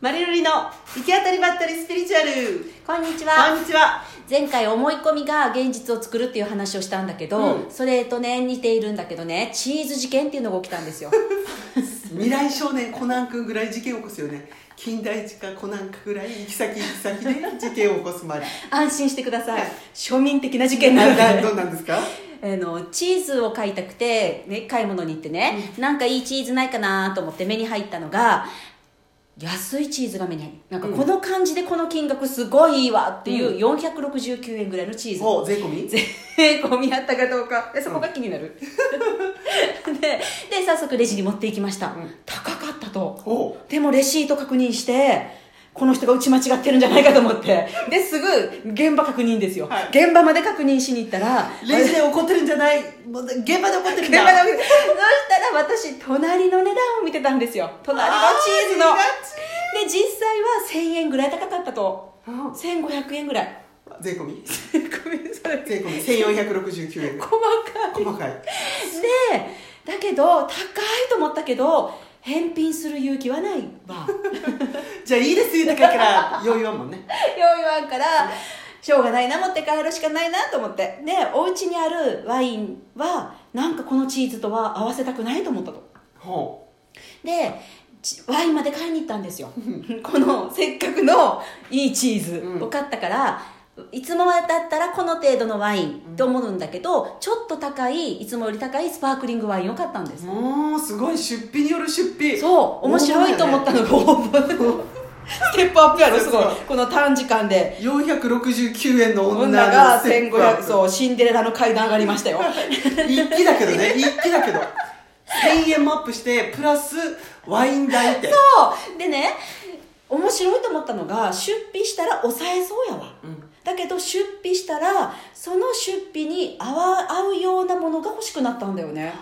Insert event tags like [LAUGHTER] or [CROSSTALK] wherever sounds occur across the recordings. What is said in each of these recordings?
マリロリの行き当たりばったりスピリチュアルこんにちこんはにちは前回思い込みが現実を作るっていう話をしたんだけど、うんそれとね似ているんだけどねチーズ事件っていうのが起きたんですよ [LAUGHS] 未来少年コナン君ぐらい事件起こすよね近代一かコナンかぐらい行き先行き先で事件を起こすまで安心してくださいはい庶民的な事件ななんんでだ [LAUGHS] どうなんですか [LAUGHS] あのチーズを買いたくて、ね、買い物に行ってね、なんかいいチーズないかなと思って目に入ったのが安いチーズが目に入るなんかうんこの感じでこの金額すごいいいわっていうう469円ぐらいのチーズ、お税込み税込みあったかどうかえそこが気になる、 [LAUGHS] でで早速レジに持っていきました、ん高かったとおでもレシート確認してこの人が打ち間違ってるんじゃないかと思ってですぐ現場確認ですよ、はい現場まで確認しに行ったらレジで怒ってるんじゃないもう現場で怒ってるん現場だのお店そしたら私隣の値段を見てたんですよ隣のチーズのあーで実際は1000円ぐらい高かったとうん1500円ぐらい [LAUGHS] 税込みごめんなさい税込み1469円細かい細かいでだけど高いと思ったけど返品する勇気はないわじゃあいいですよだから余裕はもんねよいわんからしょうがないな持って帰るしかないなと思ってでお家にあるワインはなんかこのチーズとは合わせたくないと思ったとほでちワインまで買いに行ったんですよこのせっかくのいいチーズを買ったから、いつもだったらこの程度のワインと思うんだけど、ちょっと高いいつもより高いスパークリングワインを買ったんですうもうすごい出費による出費そう面白いと思ったのが応募ステップアップやろすごいこの短時間で469円の女女のがステップアッ1500プそうシンデレラの階段上がりましたよ一気だけどね一気だけど1000円もアップしてプラスワイン代ってそうでね面白いと思ったのが出費したら抑えそうやわ、うんだけど出費したらその出費に合わ合うようなものが欲しくなったんだよね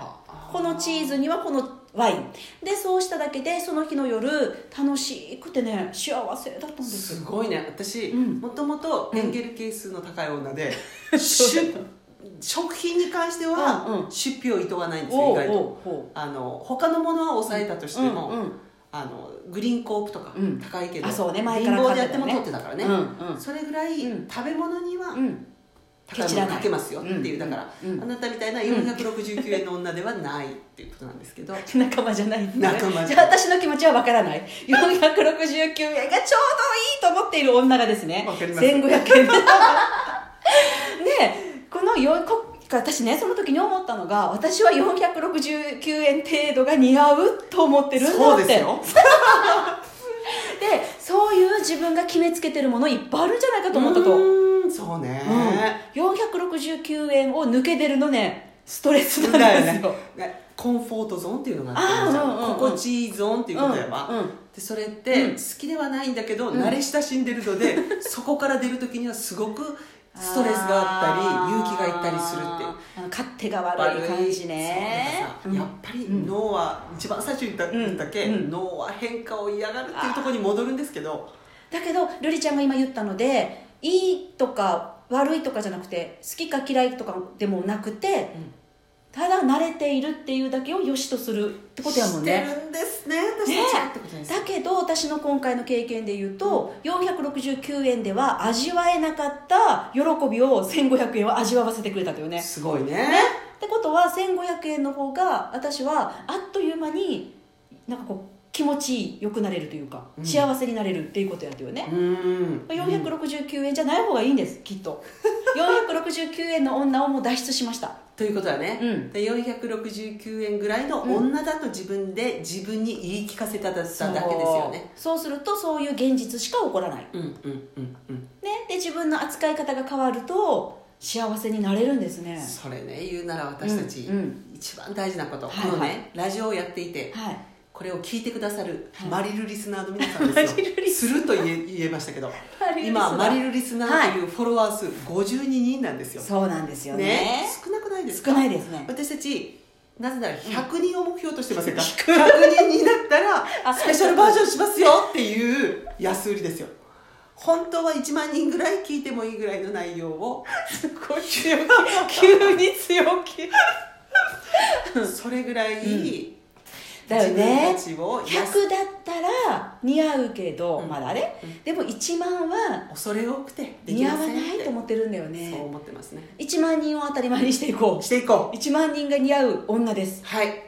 このチーズにはこのワインでそうしただけでその日の夜楽しくてね幸せだったんですよすごいね私うんもともとエンゲル係数の高い女 [LAUGHS] で、しゅ食品に関してうんうはん出費をいとわないんですよ意おう外とおうおうあの他のものは抑えたとしても、うんうんあのグリーンコープとかうん高いけど、あそうね前貧から乏買でっやてってたもよね取ってたからね、うんうんそれぐらいうん食べ物にはうん高いものかけますよっていうケチだらないから、うんうんあなたみたいな469円の女ではないっていうことなんですけど [LAUGHS] 仲間じゃないんだね仲間じじゃゃなあい私の気持ちはわからない469円がちょうどいいと思っている女がですねわかります1500円 [LAUGHS] ねこのよこ私ねその時に思ったのが私は469円程度が似合うと思ってるんだってそうですよでそういう自分が決めつけてるものいっぱいあるんじゃないかと思ったと、うーんそうね、うん、469円を抜け出るのねストレスなんだよですねよ、ねコンフォートゾーンっていうのがあってあーうんうんうん心地いいゾーンっていうことやわ、うんうんでそれってうん好きではないんだけど、うん慣れ親しんでるので、そこから出る時にはすごくストレスがあったり勇気がいったりするっていうあの勝手が悪い感じねそうなんかさやっぱり脳は一番最初に言った言ったけ、うんうん脳は変化を嫌がるっていうところに戻るんですけどだけど瑠璃ちゃんが今言ったのでいいとか悪いとかじゃなくて好きか嫌いとかでもなくて、んただ慣れているっていうだけを良しとするってことやもんねしてるんですね私たちはってことです、だけど私の今回の経験で言うと、469円では味わえなかった喜びを1500円は味わわせてくれたというねすごいねね、ってことは1500円の方が私はあっという間になんかこう気持ちよくなれるというか、うん幸せになれるっていうことやってよね、うーん469円じゃない方がいいんですきっ [LAUGHS] と469円の女をもう脱出しましたということだね、うんで469円ぐらいの女だと自分で自分に言い聞かせただけですよねそうそうするとそういう現実しか起こらない、ね、うんうんうんうんで自分の扱い方が変わると幸せになれるんですねそれね言うなら私たち、うんうん一番大事なこと、はいこのはねラジオをやっていてはいこれを聞いてくださるはいマリルリスナーの皆さんです [LAUGHS] マよ、リルリすると言え言えましたけど [LAUGHS] 今今マリルリスナーというフォロワー数52人なんですよ、そうなんですよねね [LAUGHS] 少なくないですか少ないですね私たちなぜなら100人を目標としてま [LAUGHS] せんか、100人になったらあスペシャルバージョンしますよっていう安売りですよ本当は1万人ぐらい聞いてもいいぐらいの内容をすごい強気急に強気それぐらい、だよね自分たちを癒す100だったら似合うけど、うんまだね、うんでも1万は恐れ多くてでき似合まわせんないと思ってるんだよてそうね思ってますね1万人を当たり前にしていこしていこう1万人が似合う女ですうはい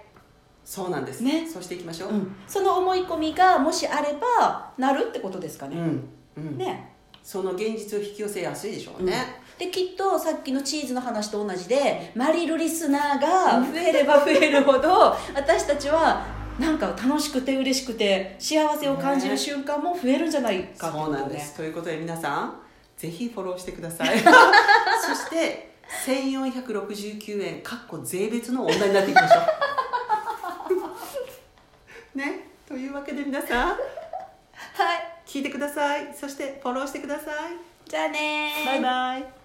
そうなんですねそうしていきましょうう、ん、その思い込みがもしあればなるってことですかうね、んうんねその現実を引き寄せやすいでしょうね、できっとさっきのチーズの話と同じでマリルリスナーが増えれば増えるほど私たちはなんか楽しくて嬉しくて幸せを感じる瞬間も増えるんじゃないかっそてこうとねなんです、ということで皆さんぜひフォローしてくださいそして1469円かっこ税別の女になっていきましょう [LAUGHS] ねというわけで皆さんはい聞いてくださいそしてフォローしてくださいじゃあねーバイバイ